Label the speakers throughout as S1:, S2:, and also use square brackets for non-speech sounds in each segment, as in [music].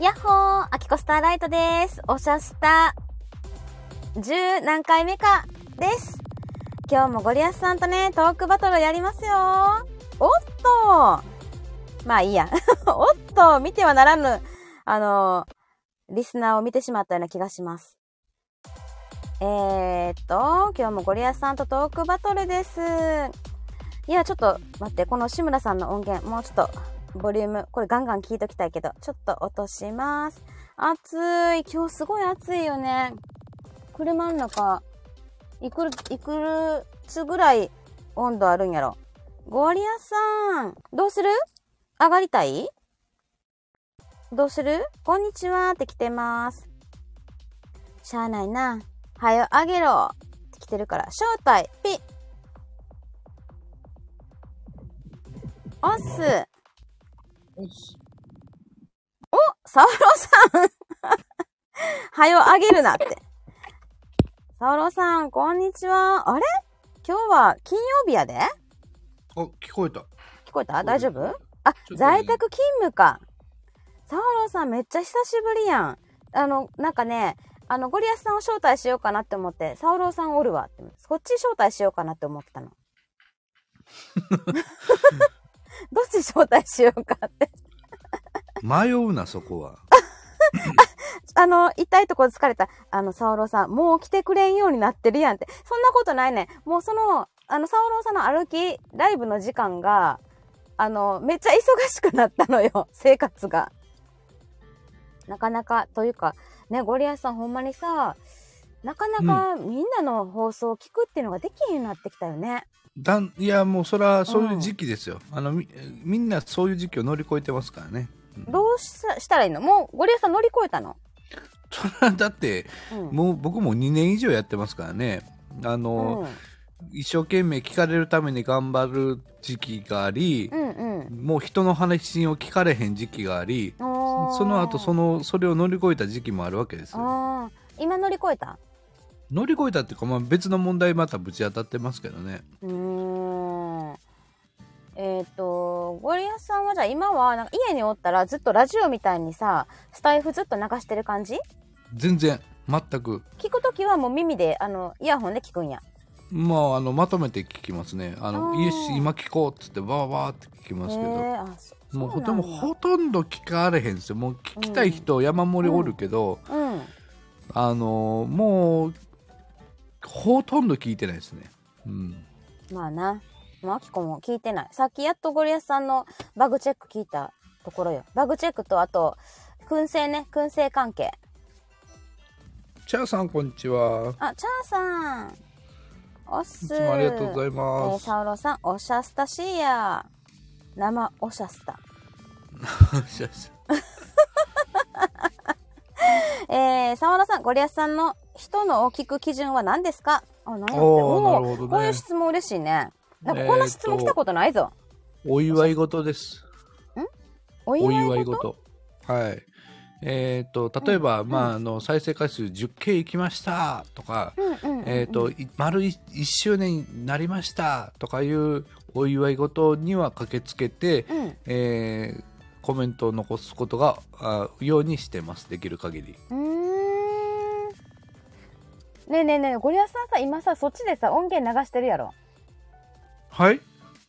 S1: やっほーアキコスターライトですおしゃスタ10何回目かです今日もゴリアスさんとね、トークバトルやりますよおっとまあいいや。 [laughs] おっと見てはならぬ、あのリスナーを見てしまったような気がします。えー、っと、今日もゴリアスさんとトークバトルです。いや、ちょっと待って、この志村さんの音源、もうちょっとボリューム、これガンガン聞いときたいけど、ちょっと落とします。暑い。今日すごい暑いよね。車の中、いくる、いくるつぐらい温度あるんやろ。ゴリアスさん、どうする上がりたいどうするこんにちはって来てます。しゃあないな。はよあげろって来てるから。招待ピッおっすおサオロさん [laughs] はよあげるなって。サオロさん、こんにちは。あれ今日は金曜日やで
S2: あ、聞こえた。
S1: 聞こえた
S2: 聞こえる
S1: 大丈夫あ、
S2: とね
S1: 在宅勤務か。サオロさんめっちゃ久しぶりやん。あの、なんかね、あの、ゴリアスさんを招待しようかなって思って、サオロさんおるわって。そっち招待しようかなって思ってたの。 [laughs] どっち招待しようかって。
S2: 迷うな、そこは。 [laughs]
S1: あの、痛いとこ疲れた。あの、サオロさん、もう来てくれんようになってるやんって。そんなことないね。もうその、あの、サオロさんの歩き、ライブの時間が、あの、めっちゃ忙しくなったのよ。 [laughs] 生活が。なかなか、というか、ね、ゴリアスさんほんまにさ、なかなかみんなの放送を聞くっていうのができへんようになってきたよね。
S2: だんいや、もうそれはそういう時期ですよ。あのみ、みんなそういう時期を乗り越えてますからね。 [laughs]
S1: どうしたしたらいいのもう、ゴリアスさん乗り越えたの
S2: それはだって、
S1: うん。
S2: もう僕も2年以上やってますからね。あの、
S1: うん
S2: 一生懸命聞かれるために頑張る時期があり、
S1: うんうん。
S2: もう人の話を聞かれへん時期があり、
S1: おー
S2: その後その、それを乗り越えた時期もあるわけですよ。
S1: あー今乗り越えた
S2: 乗り越えたっていうか、まあ、別の問題またぶち当たってますけどね。
S1: うーん。えっ、と、ゴリアスさんはじゃあ今はなんか家におったらずっとラジオみたいにさ、スタイフずっと流してる感じ
S2: 全然、全く。
S1: 聞くときはもう耳で、あの、イヤホンで聞くんや。
S2: まあ、あのまとめて聞きますね。あ
S1: あ
S2: の
S1: ー
S2: よし今聞こうっつってバーバーって聞き
S1: へ
S2: ますけど、
S1: ー、あ、そ
S2: もう
S1: そ
S2: ほ
S1: な
S2: と
S1: ん
S2: ん
S1: だ
S2: どほとんど聞かれへんですよ。もう聞きたい人山盛りおるけど、
S1: うん。
S2: あのーもうほとんど聞いてないですね。うん、
S1: まあな。もうアキコも聞いてない。さっきやっとゴリアスさんのバグチェック聞いたところよ。バグチェックとあと、燻製ね、燻製関係。
S2: チャーさんこんにちは。
S1: あ、チャーさん。おっす
S2: いつもありがとうござい
S1: え
S2: ま
S1: ー、
S2: す。 [laughs]
S1: サウロさん、おしゃスタシーや。生おしゃスタ。えー、サウロさん、ゴリアスさんの人のを聞く基準は何ですかあ、何やって
S2: おー
S1: おー
S2: なるほどね
S1: こういう質問嬉しいね。なんかこんな質問来たことないぞ。
S2: お祝い事です。
S1: お
S2: お
S1: 祝い
S2: 祝い
S1: 事
S2: 事。はい。えっ、と例えば、まああの再生回数 10K いきましたとか。
S1: うんうんうん
S2: えー、とい丸 1, 周年になりましたとかいうお祝い事には駆けつけて、
S1: うん
S2: えーコメントを残すことがあようにしてますできる限り
S1: うーん。ねえねえねえ、ゴリアスさんさ、今さ、そっちでさ、音源流してるやろ。
S2: はい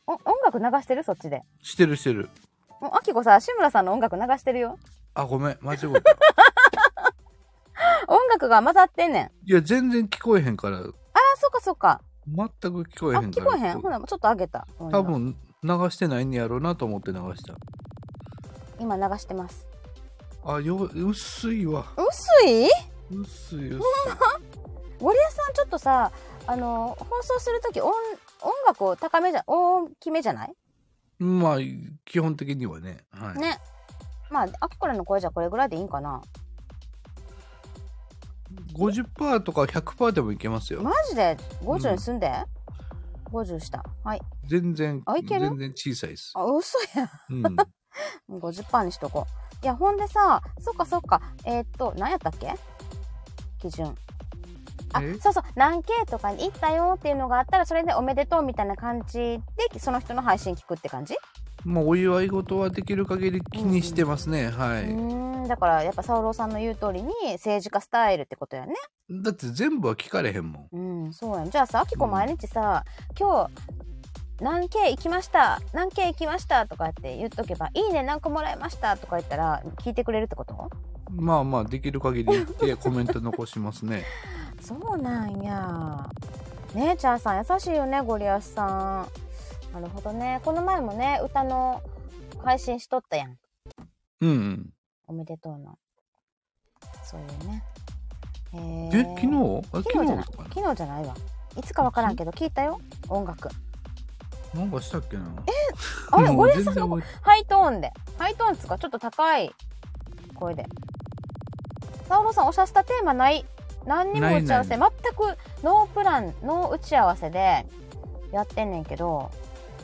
S1: お音楽流してるそっちで。
S2: してるしてる
S1: もう、アキコさ、志村さんの音楽流してるよ。
S2: あごめん間違え
S1: [laughs]
S2: た
S1: 音楽が混ざってんねん。あ
S2: いや全然聞こえへんから
S1: ー、そっかそっか。
S2: 全く聞こえ
S1: あ、
S2: へんか
S1: 聞
S2: ら
S1: こえへんほな、ちょっと上げた。
S2: 多分流してないんやろうなと思って流した
S1: 今流してます。
S2: あよ薄いわ
S1: 薄い
S2: 薄い薄い
S1: ゴリアスさんちょっとさ、あの、放送するとき音、音楽を高めじゃ、大きめじゃない、
S2: まあ基本的にはね、はい、
S1: ね。まあ、アキコラの声じゃこれぐらいでいいんかな。
S2: 50%とか100%でもいけますよ
S1: マジで50
S2: うん
S1: に住んで、?50 した。はい。
S2: 全然
S1: あいける
S2: 全然小さいです。
S1: あ、嘘 [laughs] や。
S2: うん、
S1: 50%にしとこう。いや、ほんでさ、そっかそっか。えーっと、何やったっけ基準。あ
S2: え
S1: そうそう何 K とかに行ったよっていうのがあったらそれでおめでとうみたいな感じでその人の配信聞くって感じ
S2: もうお祝い事はできる限り気にしてますね。は
S1: う
S2: い。
S1: ーんだからやっぱサオローさんの言う通りに政治家スタイルってことやね
S2: だって全部は聞かれへんもん。
S1: うんそうやんじゃあさあきこ
S2: うん
S1: 毎日さ、今日何件行きました何件行きましたとかって言っとけば「いいね何個もらいました」とか言ったら聞いてくれるってこと
S2: まあまあ、できる限り
S1: [laughs]
S2: 言ってコメント残しますね。
S1: そうなんやねえチャーさん優しいよねゴリアスさんなるほどねこの前もね歌の配信しとったやん
S2: うんうん。
S1: おめでとうのそういうねえ
S2: え、昨日あ
S1: 昨日
S2: 昨
S1: じゃ
S2: 日
S1: ない
S2: とかな
S1: 昨日じゃないわいつかわからんけど聞いたよ音楽
S2: なんかしたっけな
S1: あれ
S2: もう
S1: ゴリアスさん
S2: 全
S1: の
S2: 然覚
S1: ハイトーンでハイトーンっつうかちょっと高い声で沙織さんおしゃしたテーマない何にも打ち合わせ
S2: ない
S1: 全くノープランノー打ち合わせでやってんねんけど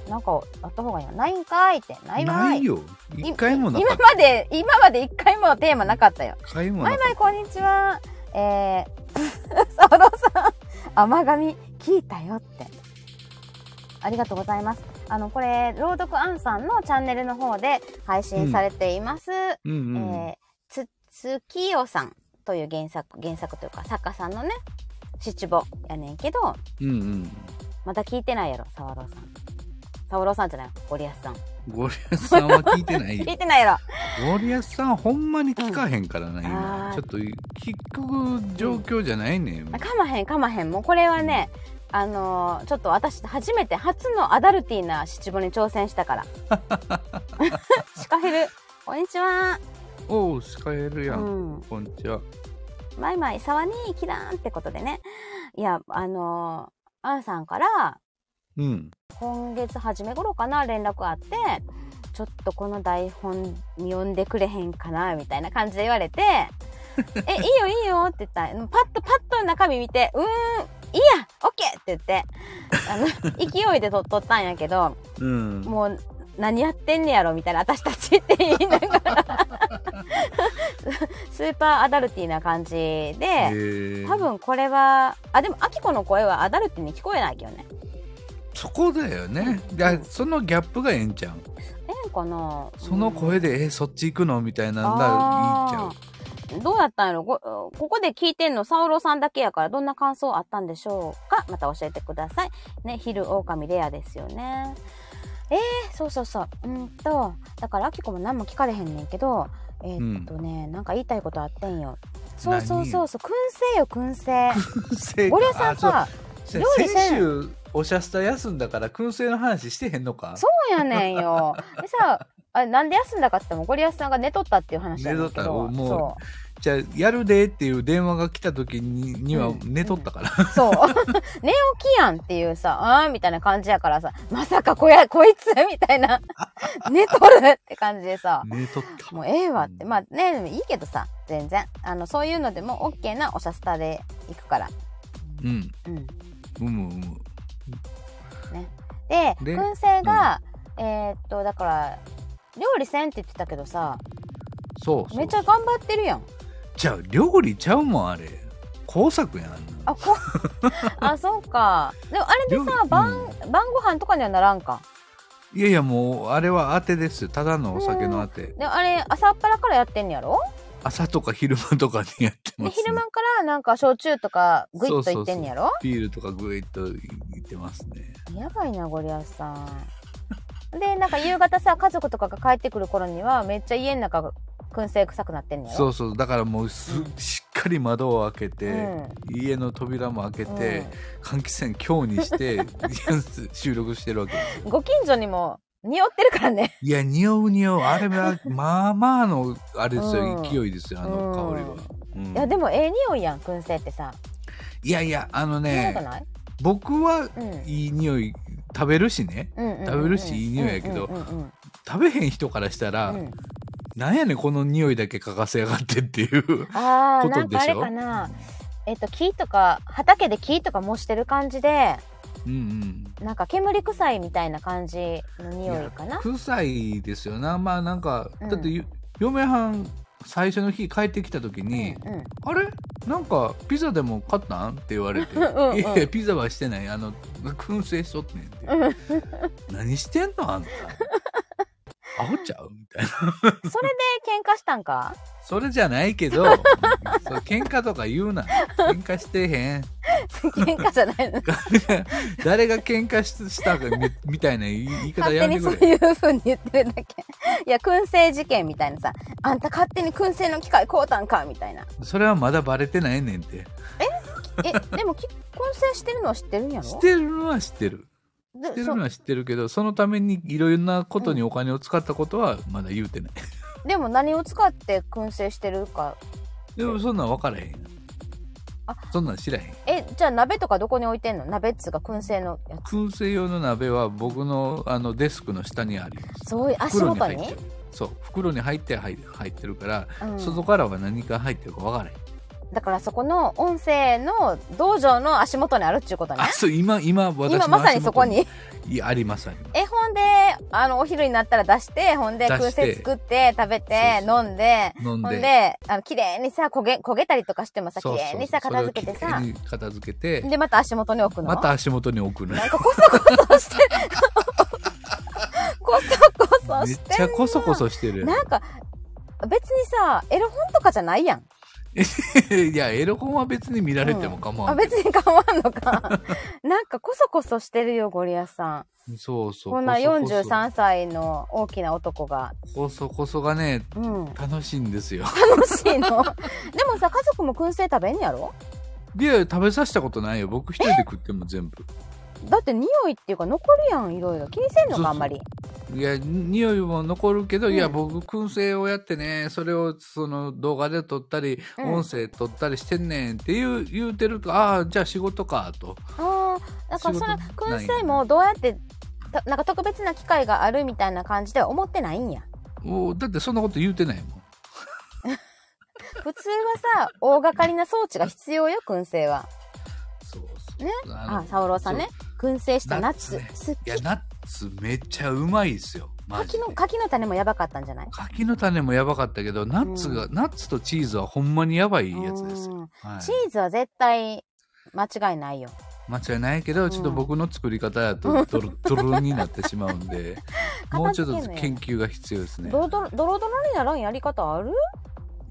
S1: なんかあった方がいいなないんかいってな
S2: えて
S1: い
S2: な
S1: わ
S2: いよ。一回もなか
S1: 今
S2: っ
S1: まで今まで一回もテーマなかったよ
S2: た。一回も
S1: バ
S2: な
S1: イ
S2: か
S1: バイこんにちは。えー、 [laughs] サオロさん、甘髪聞いたよって。ありがとうございます。あの、これ、朗読アンさんのチャンネルの方で配信されています。
S2: うんうん。
S1: えー、つ、つきよさんという原作、原作というか作家さんのね、七五やねんけど、
S2: うんうん。
S1: まだ聞いてないやろ、サオロさん。サオロさんじゃない、ゴリアスさん。
S2: ゴリアスさんは聞い
S1: [laughs]
S2: てないよ
S1: 聞いてないやろ。
S2: ゴリアスさんほんまに聞かへんからな、
S1: あ
S2: 今
S1: ー
S2: ちょっと聞く状況じゃないねん、
S1: かまへんかまへんもうこれはねあのーちょっと私初めて初のアダルティーな七五に挑戦したからシカヘルこんにちは、
S2: おう使える
S1: う
S2: やん、
S1: ん、
S2: こんにちは
S1: マイマイサワニーキラーンってことでねいやあのーアンさんから
S2: うん
S1: 今月初め頃かな連絡あってちょっとこの台本読んでくれへんかなみたいな感じで言われて
S2: [laughs]
S1: 「えいいよいいよ」って言ったらパッとパッと中身見て「うーんいいやオッケー!」って言ってあ
S2: [laughs]
S1: の勢いで撮撮ったんやけど
S2: うん
S1: もう何やってんねやろみたいな私たちって言いながら
S2: [laughs]
S1: スーパーアダルティーな感じ
S2: へ
S1: で
S2: ー
S1: 多分これはあでもアキコの声はアダルティーに聞こえないけどね
S2: そこだよねだそのギャップがええんちゃん
S1: ええんかな
S2: その
S1: うん
S2: 声で、えそっち行くのみたいなんだいいちゃ
S1: あ
S2: う
S1: ーどうやったんやろこここで聞いてんの、サオロさんだけやから、どんな感想あったんでしょうかまた教えてください。ね、昼狼レアですよね。えー、そうそうそう。うんと、だから、アキコも何も聞かれへんねんけど、えーっとね、なんか言いたいことあってんよ。そうそうそうそう、燻製よ、燻製。
S2: せ
S1: ゴリアさんさ、
S2: せ
S1: 料理せん
S2: 先週おしゃスタ休んだから燻製の話してへんのか
S1: そうやねんよ。でさ、あれなんで休んだかって言っても、ゴリアスさんが寝とったっていう話やねんけ
S2: 寝と
S1: ど。
S2: ったもう
S1: そう
S2: じゃあやるでっていう電話が来た時にには
S1: うん
S2: 寝とったから、
S1: そう。 [laughs] 寝起きやんっていうさ、あーみたいな感じやからさ、まさかこや、こいつみたいな。 [laughs] 寝とるって感じでさ、
S2: 寝とった
S1: もうええわって。まあね、でもいいけどさ、全然。あの、そういうのでも OK なおしゃスタで行くから。
S2: うん
S1: うん。
S2: うむうむ
S1: で、
S2: で
S1: 燻製が、えーっと、だから、料理せんって言ってたけどさ、
S2: そうそう
S1: めっちゃ頑張ってるやん。
S2: じゃあ料理ちゃうもんあれ工作やんあんな
S1: あ、
S2: [laughs]
S1: こあ、そうか。でもあれで
S2: 料
S1: さ、
S2: 理
S1: 晩、晩ご飯とかにはならんか。
S2: いやいやもうあれは当てですよただのお酒の当て
S1: で、あれ、朝っぱらからやってんやろ
S2: 朝とか昼間とかにやって
S1: で
S2: ます、ね、
S1: 昼間からなんか焼酎とかグイッといってんやろ
S2: ビールとかぐいっといってますね
S1: やばいなゴリアスさんでなんか夕方さ家族とかが帰ってくる頃にはめっちゃ家の中が燻製臭くなってんのよ
S2: そうそうだからもうす
S1: うん
S2: しっかり窓を開けて、
S1: うん
S2: 家の扉も開け
S1: うん
S2: て、換気扇強にして [laughs] 収録してるわけですよ
S1: ご近所にも匂ってるからね
S2: いや匂う匂うあれはまあまあのあれですよ、
S1: うん
S2: 勢いですよあの香りは、うん
S1: いやでもええ匂いやん燻製ってさ
S2: いやいやあの
S1: そんなこと
S2: ね
S1: ない、
S2: 僕は
S1: うん
S2: いい匂い食べるしね
S1: うんうんうんうん
S2: 食べるしいい匂いやけど
S1: うんうんうん
S2: 食べへん人からしたら、
S1: うんうん
S2: なんやねんこの匂いだけ嗅がせやがってっていう
S1: あー
S2: こ
S1: な
S2: と
S1: ん
S2: で
S1: かあ
S2: し
S1: れ
S2: ょ
S1: かなえっと木とか畑で木とかもしてる感じで
S2: うん
S1: なんか煙臭いみたいな感じの匂いか
S2: うん
S1: な
S2: 臭いですよなまあなんか、
S1: うん
S2: だってゆ嫁はん最初の日帰ってきた時に
S1: うんうん
S2: 「あれなんかピザでも買ったん?」って言われて「
S1: うんうん
S2: いやいやピザはし
S1: [laughs]
S2: てないあの燻製しとってん」って「何してんのあんた」アホちゃうみたいな。
S1: それで喧嘩したん [laughs] か
S2: それじゃない
S1: [laughs]
S2: けど、そう喧嘩とか言うな。喧嘩してへん。
S1: 喧嘩じゃないの
S2: 誰が喧嘩ししたかみみたいな言い言い方
S1: [laughs] 勝
S2: や
S1: 手
S2: め
S1: に
S2: て
S1: そう
S2: くれ。
S1: いう風に言って
S2: [laughs]
S1: るだけいや燻製事件みたいなさあんた勝手に燻製の機械買うたんかみたいな
S2: それはまだバレてないねんって。 [laughs]
S1: えでもき燻製してるのは知ってるんやろ
S2: 知ってるのは知ってる。
S1: で
S2: 知ってる
S1: そ
S2: のは知ってるけど、そのためにいろいろなことにお金を使ったことはまだ言うてない。
S1: でも何を使って燻製してるか
S2: でもそんなん分からへん
S1: あ。
S2: そんなん知らへん。
S1: えじゃあ鍋とかどこに置いてんの鍋っつうか燻製のやつ
S2: 燻製用の鍋は僕のあのデスクの下にあります。
S1: そういう足
S2: 袋
S1: 元
S2: 入
S1: に
S2: ってる。そう、袋に入って入入ってるから、
S1: うん
S2: 外からは何か入ってるか分からへん。
S1: だからそこの音声の道場の足元にあるっちゅうことね
S2: あ、そう、今、今、私の
S1: 今まさに
S2: 足元
S1: そこに。
S2: いや、あります、あります。
S1: えほんであのお昼になったら出してほんで
S2: 出
S1: 燻
S2: し
S1: 製
S2: て
S1: 作って食べて
S2: そう
S1: 飲んで
S2: 飲ん
S1: ほん
S2: で。
S1: であの綺麗にさ焦げ焦げたりとかしてもさ綺
S2: そうそう
S1: 麗にさ
S2: そう
S1: 片付けてさ
S2: それを綺麗に片付けて、
S1: でまた足元に置くの [laughs]
S2: また足元に置くの。
S1: なんかコソコソしてコソコソ
S2: め
S1: し
S2: ってちゃこそこそしてる。
S1: なんか別にさエロ本とかじゃないやん
S2: [laughs] いや、エロコンは別に見られても構わ
S1: あ
S2: ない。
S1: 別に構わんのか [laughs] なんかコソコソしてるよゴリアスさん
S2: そうそう。
S1: こんな
S2: こそこそ
S1: 43歳の大きな男が
S2: こそこそがね、
S1: うん
S2: 楽しいんですよ。
S1: 楽し
S2: [laughs]
S1: いのでもさ家族も燻製食べんやろ
S2: いや、食べさせたことないよ。僕一人で食っても全部。
S1: だって匂いっていうか残るやんいろいろ気にせんの
S2: そうそう
S1: かあんまり
S2: いや、匂いも残るけど、
S1: うん
S2: いや、僕、燻製をやってね、それをその動画で撮ったり、
S1: うん
S2: 音声撮ったりしてんねんっていう言うてると、ああ、じゃあ仕事か、と。
S1: ああだからその
S2: 仕事ない
S1: 燻製もどうやってたなんか特別な機会があるみたいな感じでは思ってない
S2: [laughs]
S1: んや
S2: もうだってそんなこと言うてないもん。
S1: 普通はさ大掛かりな装置が必要よ燻製は
S2: そうそう。
S1: ね
S2: あ
S1: あサオローさんね燻製したナッツ
S2: ナッツね
S1: すっ
S2: い
S1: き
S2: や、ナッツめっちゃうまいですよ。マ
S1: 柿
S2: ジで
S1: の。柿の種もやばかったんじゃない
S2: 柿の種もやばかったけど、ナッツが、ナッツとチーズはほんまにやばいやつですよ。
S1: うん
S2: はい
S1: チーズは絶対間違いないよ
S2: 間違いないけど、ちょっと僕の作り方だとドロドロになってしまうん
S1: [laughs]
S2: で、もうちょっと研究が必要ですね。
S1: ドロドロドロドロにならんやり方ある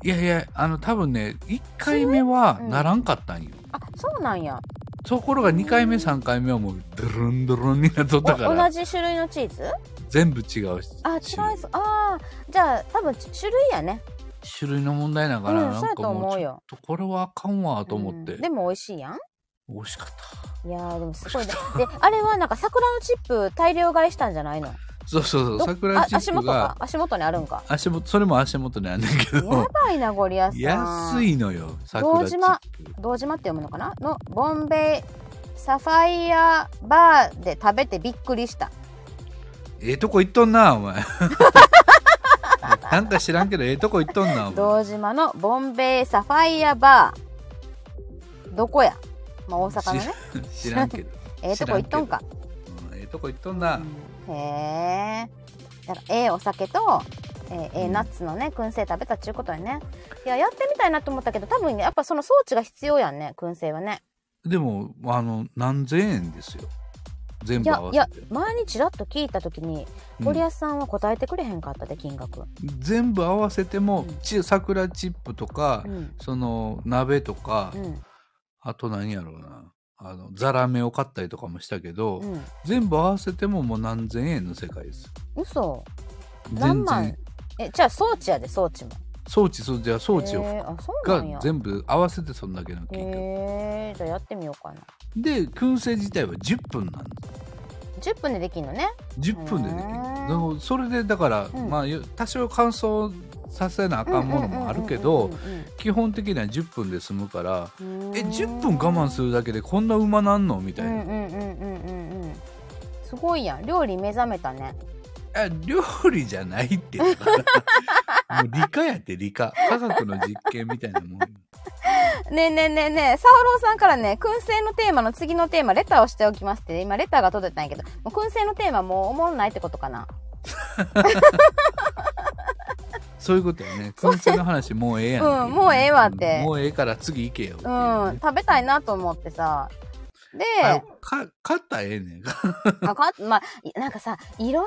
S2: いやいや、あの、多分ね、1回目は
S1: うん
S2: ならんかったんよ。
S1: あそうなんや
S2: ところが2回目、3回目はもうドロンドロンになっとったか
S1: お同
S2: ら、
S1: じ種類のチーズ
S2: 全部違うし。
S1: あ違いそうあーじゃあ多分種類やね
S2: 種類の問題だから、
S1: うん
S2: な
S1: そうや
S2: んか
S1: と思うよ
S2: もうちょっとこれはあかんわと思って、
S1: うんでも美味しいやん
S2: 美味しかった
S1: いやーでもすごいね。で、あれはなんか桜のチップ大量買いしたんじゃないの
S2: そうそうそ
S1: ど
S2: う桜チ
S1: あ足
S2: ップ
S1: 元か
S2: が
S1: 足元にあるんか。
S2: 足元それも足元にあんねんけ
S1: や
S2: ど
S1: ばいな、ゴリアスさん。
S2: 安
S1: い。
S2: いのよ桜チップ
S1: 堂島って読むのかなの、ボンベイサファイアバーで食べてびっくりした。
S2: ええとこ行っとんなお前なんか知らんけどええとこ行っとんなお前
S1: 堂島のボンベイサファイアバー。どこやまあ大阪のね。
S2: 知らんけど、
S1: ええとこ行っとんか。
S2: うん、ええとこ行っとんな、
S1: へえ。だからええお酒と、ええええナッツのね燻製食べたっちゅうことやねいややってみたいなと思ったけど多分ねやっぱその装置が必要やんね燻製はね
S2: でもあの何千円ですよ
S1: い
S2: 全部
S1: や
S2: 合わ
S1: いや
S2: せて、
S1: 前にちらっと聞いた時に
S2: うん
S1: ゴリアスさんは答えてくれへんかったで金額、
S2: 全部合わせても、
S1: うん
S2: ち桜チップとか、
S1: うん
S2: その鍋とか、
S1: うん
S2: あと何やろうなあのザラメを買ったりとかもしたけど、
S1: うん
S2: 全部合わせてももう何千円の世界です
S1: 嘘何
S2: 全
S1: 万
S2: 然
S1: えじゃあ装置やで装置も
S2: 装置そうじゃあ装置
S1: へ
S2: を、
S1: えあそうなんや
S2: が全部合わせてそんだけの金額、
S1: へえじゃあやってみようかな
S2: で燻製自体は10分なんで
S1: 10分でできんのね
S2: す10分でできる
S1: へー
S2: でもそれでだから、
S1: うん
S2: まあよ多少乾燥させなあかんものもあるけど
S1: うんうんうんうん
S2: 基本的には10分で済むから
S1: うんうん
S2: え10分我慢するだけでこんな馬なんのみたいな、
S1: うんうんうんうんうんうんすごいやん料理目覚めたね
S2: あ料理じゃないって
S1: [laughs]
S2: だからもう理科やって理科科学の実験みたいなもん
S1: ねえねえねえねえサオローさんからね燻製のテーマの次のテーマレターをしておきますって今レターが届いたんやけどもう燻製のテーマもうおもろないってことかな
S2: そういうことよね燻製の話もうええやん、
S1: うんもうええわって
S2: もうええから次行けよってい
S1: う
S2: う
S1: ん
S2: ね
S1: 食べたいなと思ってさで、
S2: あか買ったらええねん
S1: あか [laughs] まあ、いなんかさ、いろいろ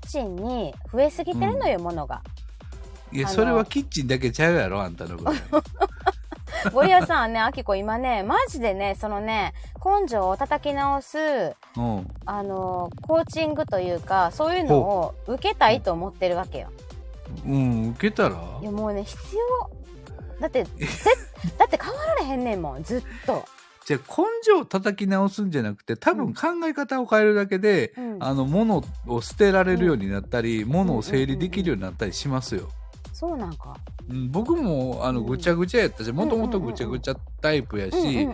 S1: キッチンに増えすぎてるのよ、もの
S2: [laughs]
S1: が。
S2: いや
S1: あの
S2: それはキッチンだけちゃうやろあんたの分
S1: ゴリアさんはね、アキコ今ね、マジでね、そのね、根性を叩き直す、 [laughs]
S2: うん
S1: あの、コーチングというか、そういうのを受けたいと思ってるわけよ。
S2: うん受けたら
S1: いや、もうね、必要。だって、ぜ [laughs] だって変わられへんねんもん、ずっと。
S2: じゃあ根性を叩き直すんじゃなくて多
S1: うん
S2: 分考え方を変えるだけで、
S1: うん
S2: あの物を捨てられるようになったり、物を整理できるようになったりしますよ。
S1: そうなんか。
S2: うん、僕もあの
S1: うん
S2: ぐちゃぐちゃやったしもともとぐちゃぐちゃタイプやし、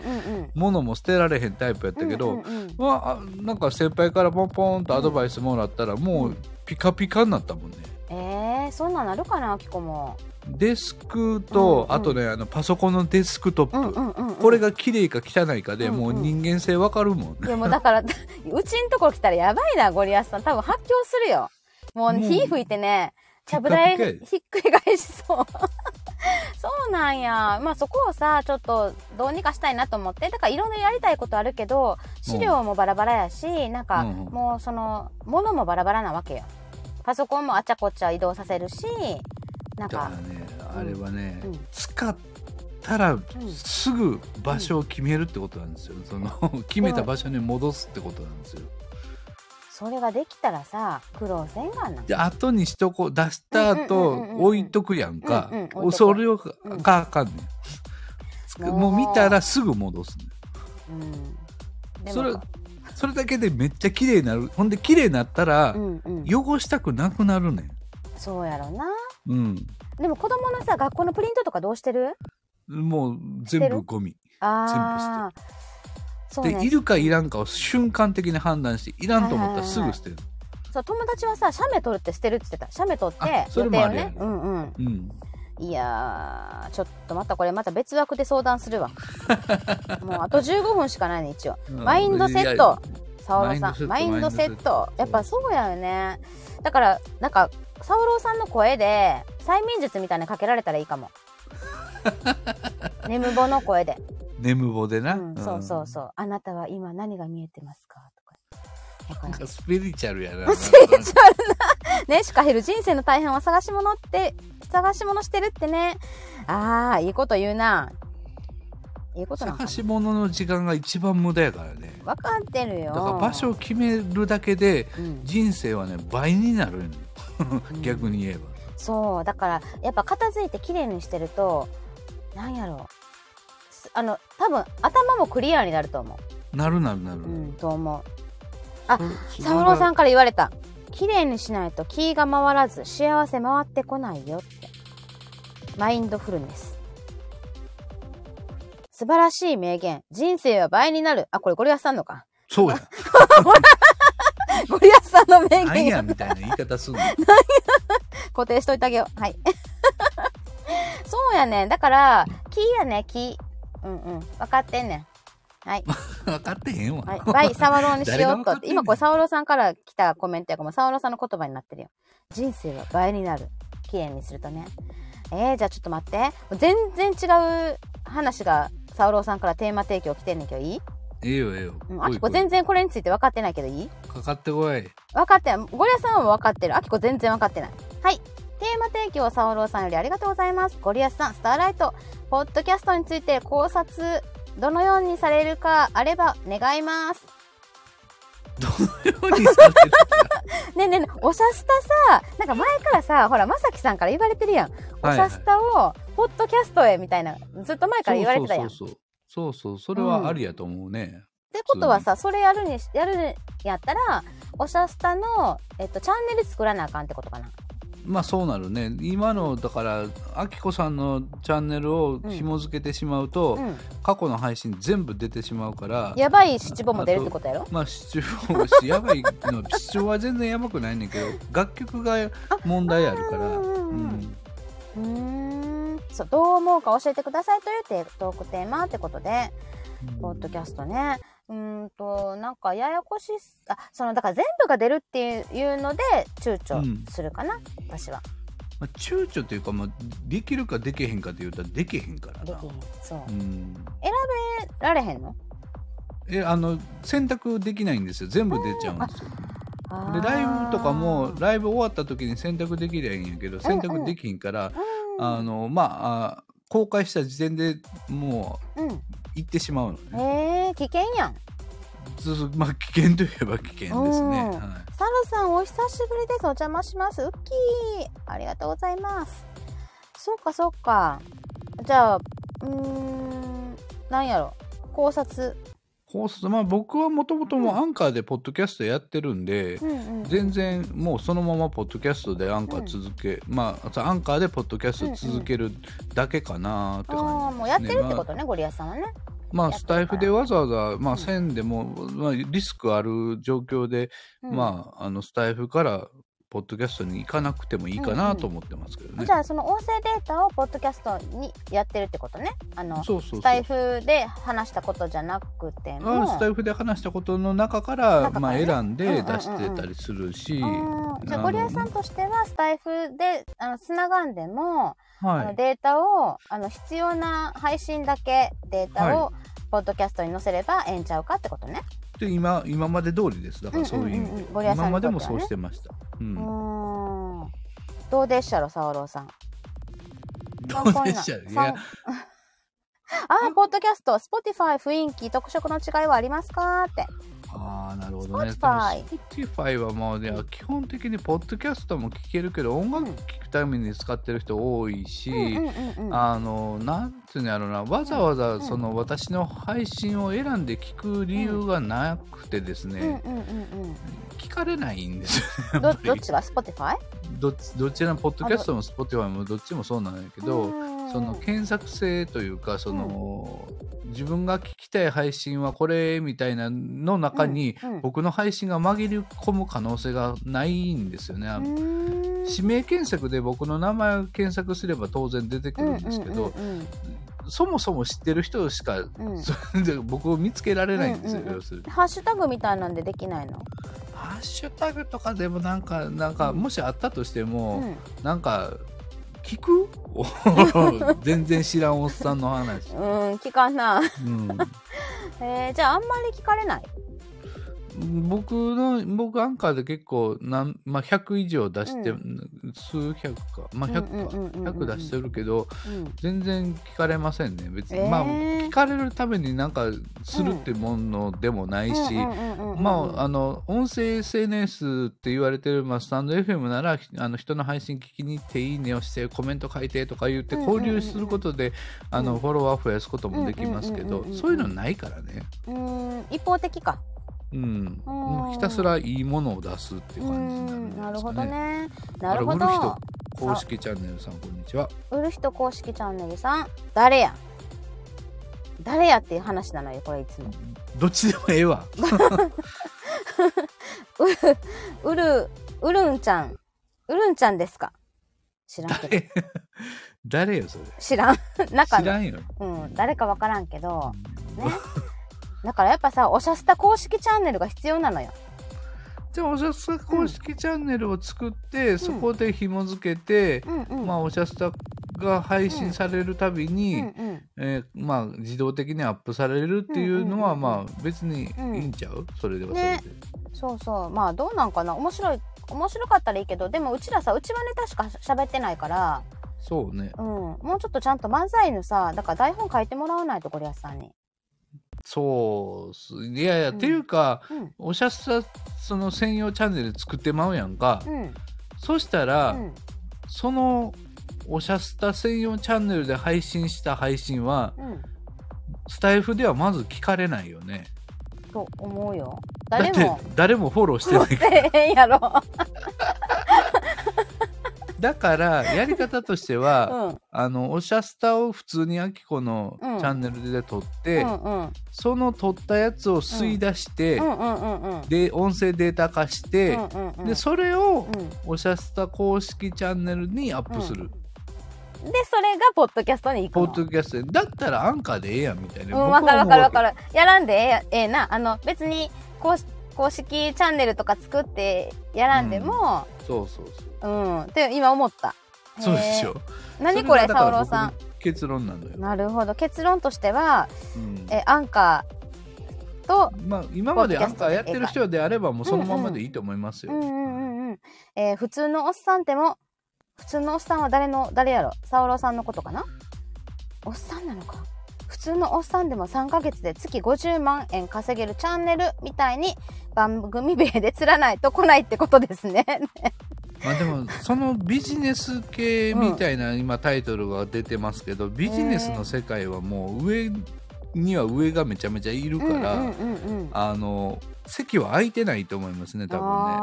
S2: 物も捨てられへんタイプやったけど、
S1: うんうんうん
S2: まあ、なんか先輩からポンポンとアドバイスもらったらもうピカピカになったもんね。
S1: えー、そんなんなるかな、アキコも。
S2: デスクと、
S1: うんうん
S2: あとねあのパソコンのデスクトップ、
S1: うんうんうん、うん。
S2: これ。が綺麗か汚いかで、
S1: うんうん
S2: もう人間性わかるもん
S1: いやもうだから、 [laughs] うちんとこ来たらやばいな、ゴリアスさん。多分発狂するよ。もうね
S2: もう
S1: 火吹いてね、ちゃぶ台
S2: ピカピカや
S1: ひっ [laughs] くり返しそう。 [laughs] そうなんや。まあそこをさ、ちょっとどうにかしたいなと思って。だからいろんなやりたいことあるけど、資料もバラバラやし、なんか
S2: うんうん
S1: もうその、物もバラバラなわけよ。パソコンもあちゃこちゃ移動させるし、なん
S2: だか、
S1: から
S2: ね
S1: うん
S2: あれはね、
S1: うん
S2: 使ったらすぐ場所を決めるってことなんですよ、
S1: [laughs]
S2: その決めた場所に戻すってことなんですよ
S1: それができたらさ、苦労せんがな。
S2: で後にしとこう出した後、
S1: うんうんうんうんうん
S2: 置いとくやんか、
S1: うんうん置いとこう
S2: それをか
S1: うん
S2: かあかんねん、つくもう見たらすぐ戻すねん
S1: うん。でも
S2: それそれだけでめっちゃ綺麗になるほんで綺麗になったら、
S1: うんうん。
S2: 汚したくなくなるねん
S1: そうやろな。
S2: うん、
S1: でも子供のさ学校のプリントとかどうしてる
S2: もう全部ゴミ。
S1: ああそう
S2: で、
S1: ね
S2: いるかいらんかを瞬間的に判断して、いらんと思ったらすぐ捨てる。
S1: そう友達はさ写メ撮るって捨てるって言ってた写メ撮って
S2: あそれ
S1: 予
S2: も
S1: 定を
S2: あるやん
S1: ねうんうん
S2: うん。
S1: いやーちょっとまたこれまた別枠で相談する
S2: [laughs]
S1: わもうあと15分しかないね一応マインドセット沢朗さんマ
S2: マ
S1: イ
S2: イ
S1: ン
S2: ン
S1: ド
S2: ド
S1: セ
S2: セット
S1: ットやっぱそうやよねだからなんか沢朗さんの声で催眠術みたいなのかけられたらいいか
S2: [laughs]
S1: も眠坊の声で
S2: いや。眠ぼでな。
S1: うん、そうそう
S2: う
S1: そう。あなたは今何が見えてますかとか。だか
S2: ん。なん
S1: ら
S2: かスピリチュアルや
S1: [laughs]
S2: な。
S1: スピリチュアルな。ね、シカヘル、人生の大変は探し物って、探し物してるってね。ああ、いいこと言うな。いいことなんか
S2: 探
S1: な
S2: し物の時間が一番無駄やからね。
S1: わかってるよ。
S2: だから場所を決めるだけで、
S1: うん、
S2: 人生はね、倍になるんよ逆に言えば。
S1: そう、だから、やっぱ片付いて綺麗にしてると、なんやろう。すあの、多分、頭もクリアになると思
S2: なるなるなる
S1: う。う。ん、と思う。あ
S2: そ
S1: サ郎さ
S2: ん。
S1: んから言われた綺麗にしないと気が回らず幸せ回ってこないよってマインドフルネス素晴らしい名言人生は倍になるあこれゴリアスさんのか [laughs]
S2: そうや。
S1: ゴリアスさんの名
S2: なん
S1: 言
S2: やみたいな言い方すんの。 [laughs]
S1: 固定しといてあげようはい [laughs] そうやねんだから気やね気うんうん分かってんねんはい
S2: 分かってへんわ。
S1: はい、倍沢朗にしよ
S2: 誰が
S1: う
S2: 分
S1: と
S2: か
S1: っ
S2: っててんねん
S1: 今これ沢朗さんから来たコメントやからもう沢朗さんの言葉になってるよ人生は倍になる綺麗にするとねえー、じゃあちょっと待って全然違う話が沢朗さんからテーマ提供来てんねんけどいい、
S2: [laughs] ええよええよ
S1: うん、。
S2: 来
S1: あ
S2: い
S1: きこ
S2: 来い
S1: 全然これについて分かってないけどいい
S2: かかってこい。
S1: 分かってないゴリアスさんは分かってるあきこ全然分かってないはいテーマ提供沢朗さんよりありがとうございますゴリアスさんスターライトポッドキャストについて考察どのようにされるかあれば願います
S2: 料理されてる
S1: ねえねえねえおしゃスタさ、なんか前からさ、ほら、まさきさんから言われてるやん。お
S2: はい
S1: し
S2: は
S1: ゃ
S2: い
S1: スタを、ポッドキャストへ、みたいな、ずっと前から言われてたやん。
S2: そうそうそうそうそうそれはありやと思うね、
S1: ってことはさ、それやるにし、やるんやったら、おしゃスタの、えっと、チャンネル作らなあかんってことかな。
S2: まあそうなるね今のだからあきこさんのチャンネルを紐付けてしまうと、
S1: うん。
S2: 過去の配信全部出てしまうから
S1: やばい七五も出るってことやろ
S2: まあ視聴しやばいの視聴は全然やばくないね
S1: [laughs]
S2: んけど楽曲が問題あるから
S1: うんうんうん
S2: うん
S1: うーん。そう、どう思うか教えてくださいというテートークテーマってことで。ポッドキャストね。うーんと、なんかややこしいっす。あ、その、だから全部が出るっていういうので、躊躇するかな、私は。
S2: まあ、躊躇というか、まあ、できるかできへんかで言うたらできへんから
S1: でき
S2: な
S1: へん。そう。
S2: うん
S1: られへんの
S2: えあの選択できないんですよ全部出ちゃうんですよでライブとかもライブ終わった時に選択できりゃいいんやけど選択できひんから、あのまああ公開した時点でもう
S1: うん、うん
S2: 行ってしまうの
S1: え
S2: ね、
S1: ー、危険やん
S2: そうそうまあ危険といえば危険ですね、
S1: うん
S2: は
S1: サルさんお久しぶりですお邪魔しますウッキーありがとうございますそうかそうかじゃあうーんなんやろ考察、
S2: い、放送まあ僕はもともともうアンカーでポッドキャストやってるんで、
S1: うんうん、
S2: 全然もうそのままポッドキャストでアンカー続け、まああとアンカーでポッドキャスト続けるだけかなーって
S1: ああ
S2: 感じです、ね、
S1: もうやってるって
S2: まあ
S1: ことね、ゴリアスさんはね
S2: まあ、
S1: やっ
S2: ス
S1: てる
S2: タイフでわざわざ、ま
S1: うん
S2: あ、線でも、まあ、リスクある状況で、まあ、あのスタイフからポッドキャストに行かなくてもいいか
S1: うんう
S2: なんと思ってますけどね。
S1: じゃあその音声データをポッドキャストにやってるってことねあの
S2: そうそうそう
S1: スタイフで話したことじゃなくて
S2: う
S1: も
S2: んスタイフで話したことの中か
S1: 中
S2: ら
S1: から
S2: まあ、
S1: ね
S2: 選ん
S1: うんうんう
S2: で
S1: ん
S2: 出してたりするし、
S1: あーじゃあ
S2: あの
S1: ゴリアスさんとしてはスタイフであのつながんでもあ
S2: は
S1: の
S2: い、
S1: データをあの必要な配信だけデータをポッドキャストに載せればええんちゃうかってことね。
S2: で今今まで通りですだからそういう意味で、
S1: うんうんうんうんゴリアスさ
S2: 今
S1: んにとって
S2: まで
S1: はね
S2: もそうしてました。うん
S1: うーんどうでっしたろサオローさん。参考
S2: どうでしたいや
S1: になさん [laughs] あーポッドキャスト、Spotify 雰囲気、特色の違いはありますかって。
S2: あーなるほどね。
S1: Spotify
S2: でも Spotify はもうね、基本的にポッドキャストも聞けるけど音楽聞くために使ってる人多いし、
S1: うんうんうんうん。
S2: あのなんていうんやろなわざわ
S1: うん
S2: ざその私の配信を選んで聞く理由がなくてです
S1: うんうん
S2: ね、
S1: うんうん
S2: 聞かれないんです
S1: う
S2: よ [laughs]
S1: ん。
S2: や
S1: ど
S2: っぱり
S1: どっちが Spotify?
S2: どっちどちらのポッドキャストも Spotify もどっちもそうなんやけど、その検索性というかその、自分が聞きたい配信はこれみたいなの中に、
S1: うんうん
S2: 僕の配信が紛れ込む可能性がないんですよね。
S1: うーん
S2: 指名検索で僕の名前を検索すれば当然出てくるんですけど、
S1: うんうん
S2: そもそも知ってる人しか
S1: うんうんうん
S2: それ [laughs] で僕を見つけられないんですよ、
S1: うんうんうん
S2: 要するに
S1: ハッシュタグみたいなんでできないの
S2: ハッシュタグとかでもなんかなんか
S1: うん
S2: もしあったとして
S1: う
S2: も、
S1: ん
S2: なんか聞く [laughs] 全然知らんおっさんの話、
S1: うん聞かんな [laughs]
S2: う
S1: えー、じゃああんまり聞かれない
S2: ん、僕の僕アンカーで結構なん、まあ、100以上出して、
S1: う
S2: 数百か、まあ、100か、
S1: うんうんうんうんうん
S2: 100出してるけど
S1: うん
S2: 全然聞かれませんね別に、
S1: えー
S2: まあ聞かれるためになんかするってものでもないし、まあ、
S1: あ
S2: あの音声 SNS って言われてる、まあ、スタンド FM ならひあの人の配信聞きに行っていいねをしてコメント書いてとか言って
S1: うんうんうんうん
S2: 交流することで、あ
S1: う
S2: の
S1: ん
S2: フォロワー増やすこともできますけ
S1: うんうんうんう
S2: ど
S1: んうんうん
S2: そういうのないからね、
S1: うーん一方的か
S2: うん、
S1: あー
S2: もうひたすらいいものを出すって
S1: う
S2: いう感じにな
S1: ー
S2: るん
S1: ん
S2: じゃ
S1: な
S2: ないで
S1: る
S2: す
S1: ほ
S2: か
S1: ど
S2: ね。
S1: ねなるほ
S2: あれ売る
S1: ど
S2: 人公式チャンネルさんこんにちは
S1: 売る人公式チャンネルさん誰や誰やっていう話なのよこれいつも
S2: どっちでもえ
S1: [laughs]
S2: えわ
S1: う [laughs] るうるうるんちゃんうるんちゃんですか知らんけど
S2: 誰誰よそれ
S1: 知らん [laughs] 中
S2: 知
S1: の
S2: らんよ
S1: うん誰かわからんけどねだからやっぱさおしゃスタ公式チャンネルが必要なのよ
S2: じゃあおしゃす公式チャンネルを作って、そこで紐付けて、
S1: うんうん
S2: まあ、おしゃスタが配信されるたびに、
S1: うんうん
S2: えーまあ、自動的にアップされるっていうの
S1: うんうん
S2: は、
S1: うん
S2: まあ、別にいいんちゃう、それではそれで。
S1: ねそうそうまあどうなんかな面白い面白かったらいいけどでもうちらさうちはネタしか喋ってないから、
S2: そうね
S1: うん、もうちょっとちゃんと漫才のさだから台本書いてもらわないとゴリアスさんに、
S2: そうっすいやいや、
S1: うん
S2: っていうか
S1: うん
S2: おしゃスタその専用チャンネル作ってまうやんか、
S1: うん
S2: そしたら、
S1: うん、
S2: そのおしゃスタ専用チャンネルで配信した配信は
S1: うん、
S2: スタイフではまず聞かれないよね
S1: と思うよ
S2: だっ
S1: 誰
S2: て
S1: も
S2: 誰もフォローして
S1: [laughs]
S2: ないから
S1: せえへんやろ、
S2: だからやり方としては、
S1: [laughs] うん、うん
S2: あのおしゃスタを普通にあきこのチ
S1: うん
S2: ャンネルで撮っ
S1: う
S2: て、
S1: んうん
S2: その撮ったやつを吸い出して、
S1: うんうんうん
S2: で音声データ化して、
S1: うんうん
S2: でそれを
S1: うん
S2: おしゃスタ公式チャンネルにアップする、
S1: でそれがポッドキャストに行く
S2: ポ
S1: の
S2: ッドキャストでだったらアンカーでええやんみたいな、
S1: うん、わ
S2: 僕
S1: かる
S2: は
S1: わ
S2: 思
S1: かるわか
S2: う
S1: る。やらんでええやええな。あの、別に公式、公式チャンネルとか作ってやらんでも、
S2: けどそうそうそう
S1: うん、って今思った。
S2: そうでしょ
S1: へえ。何これ、
S2: そ
S1: サ
S2: がだか
S1: オ
S2: ら
S1: ローさ
S2: 僕の結論なの
S1: ん。
S2: よ、
S1: なるほど。結論としては、
S2: うん
S1: え、アンカと、
S2: まあ、今までアンカーやってる人であればもうそのままでいいと思いますよ。
S1: うんうんうんうん。えー普通のおっさんっても、普通のおっさんは誰の、誰やろサオロさんのことかなおっさんなのか。普通のおっさんでも3ヶ月で月50万円稼げるチャンネルみたいに番組名で釣らないと来ないってことですね。
S2: まあでもそのビジネス系みたいな今タイトルが出てますけど、ビジネスの世界はもう上には上がめちゃめちゃいるから、
S1: うんうんうんうん。
S2: あの席は空いてないと思いますね多分ね。
S1: あー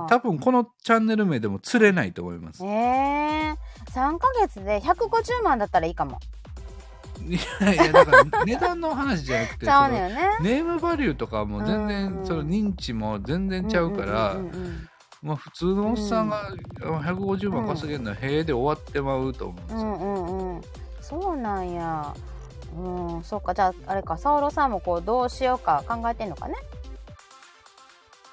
S2: もう多分このチャンネル名でも釣れないと思います。
S1: ええ3ヶ月で150万だったらいいかも。
S2: い [laughs] やいやだから値段の話じゃなくて
S1: ちゃう
S2: そ
S1: のよ
S2: の
S1: ね。
S2: ネームバリューとかも全然、
S1: うん
S2: その認知も全然ちゃうから、
S1: んうんうんうん
S2: まあ、普通のおっさんが150万稼げるのはへえで終わってまうと思うんです
S1: う
S2: よ、
S1: んうんうんそうなんやうんそっかじゃああれかサオロさんもこうどうしようか考えてんのかね